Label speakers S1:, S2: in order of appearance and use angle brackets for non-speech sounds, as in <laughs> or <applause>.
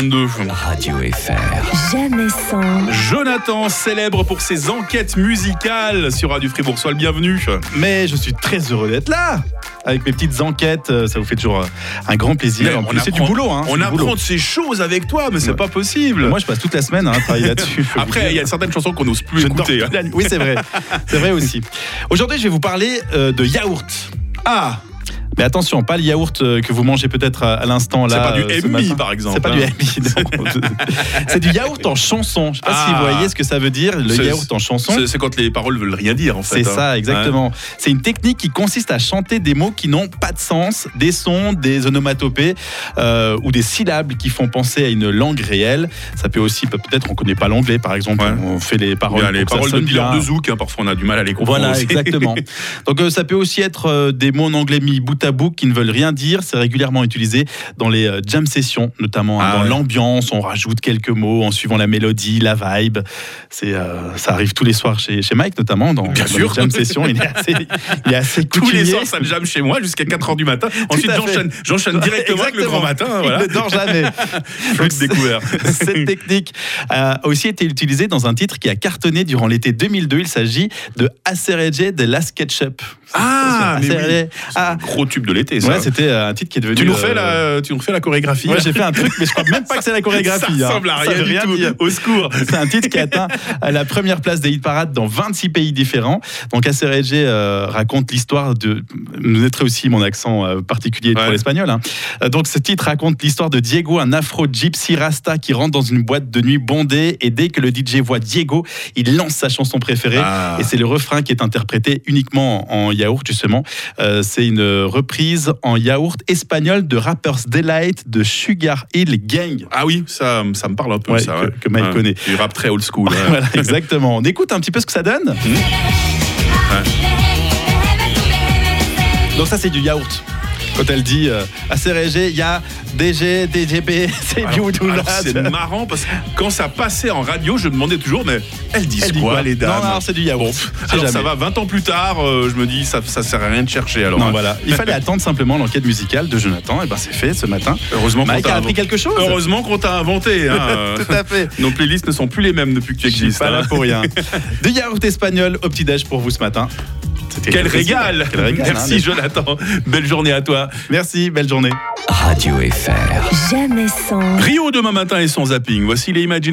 S1: 22.
S2: Radio FR.
S3: Jamais sans,
S1: Jonathan, célèbre pour ses enquêtes musicales sur Radio Fribourg, sois le bienvenu.
S4: Mais je suis très heureux d'être là avec mes petites enquêtes, euh, ça vous fait toujours euh, un grand plaisir.
S1: Mais
S4: En
S1: on
S4: plus, c'est du
S1: apprend-
S4: boulot, hein. c'est
S1: On
S4: du boulot.
S1: apprend de ces choses avec toi, mais c'est
S4: Ouais.
S1: pas possible.
S4: Moi, je passe toute la semaine hein, à travailler là-dessus. faut vous
S1: Après, il y
S4: dire.
S1: a certaines chansons qu'on n'ose plus
S4: Je ne dors
S1: écouter.
S4: plus la nuit. Oui, c'est vrai, c'est vrai aussi. Aujourd'hui, je vais vous parler euh, de yaourt. Ah, mais attention, pas le yaourt euh, que vous mangez peut-être à, à l'instant
S1: C'est pas
S4: là.
S1: du
S4: euh, ce
S1: MI,
S4: matin.
S1: par exemple,
S4: C'est pas
S1: hein.
S4: du
S1: <laughs>
S4: MI. non. c'est du yaourt en chanson. Je sais pas si
S1: Ah.
S4: vous voyez ce que ça veut dire, le
S1: C'est-
S4: yaourt en chanson.
S1: C'est- C'est quand les paroles veulent rien dire, en fait.
S4: C'est
S1: hein.
S4: ça, exactement. C'est une technique qui consiste à chanter des mots qui n'ont pas de sens, des sons, des onomatopées euh, ou des syllabes qui font penser à une langue réelle. Ça peut aussi, peut-être, on connaît pas l'anglais, par exemple,
S1: Ouais.
S4: on fait les
S1: Ouais.
S4: paroles.
S1: Eh Bien, les
S4: pour que ça
S1: paroles de
S4: sonne
S1: Billard
S4: bien.
S1: de Zouk, hein, parfois on a du mal à les comprendre.
S4: Voilà,
S1: aussi.
S4: exactement. <laughs> Donc euh, ça peut aussi être euh, des mots en anglais mis bout à bout qui ne veulent rien dire. C'est régulièrement utilisé dans les euh, jam sessions, notamment hein,
S1: Ah
S4: dans
S1: ouais.
S4: l'ambiance. On rajoute quelques mots en suivant la mélodie, la vibe. C'est euh, ça arrive tous les soirs chez, chez Mike notamment dans,
S1: Bien
S4: dans
S1: sûr.
S4: les jam sessions. Il est assez, il est
S1: <laughs> <laughs>
S4: assez
S1: Tous les
S4: coutumier.
S1: soirs, ça me jamme chez moi jusqu'à 4h du matin. Ensuite,
S4: à fait.
S1: j'enchaîne- j'enchaîne directement avec le grand matin. hein, Voilà.
S4: Il ne
S1: <laughs>
S4: dort jamais.
S1: Flux découvert.
S4: <laughs> Cette technique a aussi été utilisée dans un titre qui a cartonné durant l'été 2002. Il s'agit de Acerege de la Sketchup.
S1: Ah, mais oui.
S4: Acerege- Ah,
S1: Gros tube de l'été, ça.
S4: Ouais, c'était euh, un titre qui est devenu.
S1: tu, nous refais
S4: euh,
S1: la, tu nous refais la chorégraphie
S4: Ouais,
S1: là
S4: j'ai fait un truc, mais je crois même pas que c'est la chorégraphie.
S1: Ça
S4: hein.
S1: ressemble à
S4: Ça
S1: rien
S4: veut
S1: du tout.
S4: dire.
S1: Au secours.
S4: C'est un titre qui a atteint la première place des hit parades dans 26 pays différents. Donc, ACRG raconte l'histoire de. Vous noterez aussi mon accent euh, particulier pour
S1: Ouais.
S4: l'espagnol. hein. Euh, Donc, ce titre raconte l'histoire de Diego, un afro-gypsy rasta qui rentre dans une boîte de nuit bondée. Et dès que le DJ voit Diego, il lance sa chanson préférée.
S1: Ah.
S4: Et c'est le refrain qui est interprété uniquement en yaourt, justement. Euh, c'est une reprise en yaourt espagnol de Rapper's Delight de Sugar Hill Gang.
S1: Ah oui, ça, ça me parle un peu,
S4: Ouais,
S1: ça.
S4: que- que Mike connaît.
S1: Du rap très old school. ouais.
S4: <laughs>
S1: Hmm.
S4: Voilà, exactement. On écoute un petit peu ce que ça donne. Donc ça, c'est du yaourt. Quand elle dit euh, ACRG, il y a DG, DGB, <laughs>
S1: <laughs>
S4: c'est
S1: Alors,
S4: beautiful.
S1: alors, c'est marrant parce que quand ça passait en radio, je me demandais toujours, mais elles disent
S4: Elle dit
S1: quoi, les dames
S4: Non, non, c'est du yaourt. C'est
S1: Alors ça
S4: jamais.
S1: va, 20 ans plus tard, euh, je me dis, ça, ça sert à rien de chercher alors. hein.
S4: Non, voilà. Il fallait attendre simplement l'enquête musicale de Jonathan. Et ben c'est fait ce matin.
S1: Heureusement qu'on
S4: Mike a
S1: t'a
S4: appris
S1: inventé.
S4: quelque chose.
S1: Heureusement qu'on t'a inventé. hein.
S4: <laughs> Tout à fait.
S1: Nos playlists ne sont plus les mêmes depuis que tu
S4: Je suis
S1: existes.
S4: pas là
S1: hein.
S4: pour <laughs> rien. Du yaourt espagnol au petit-déj pour vous ce matin. C'était
S1: Quel
S4: facile.
S1: régal
S4: Quel régal, hein,
S1: Merci Jonathan. Belle journée à toi.
S4: Merci, belle journée.
S2: Radio FR.
S3: jamais sans.
S1: Rio demain matin et son zapping. Voici les Imagine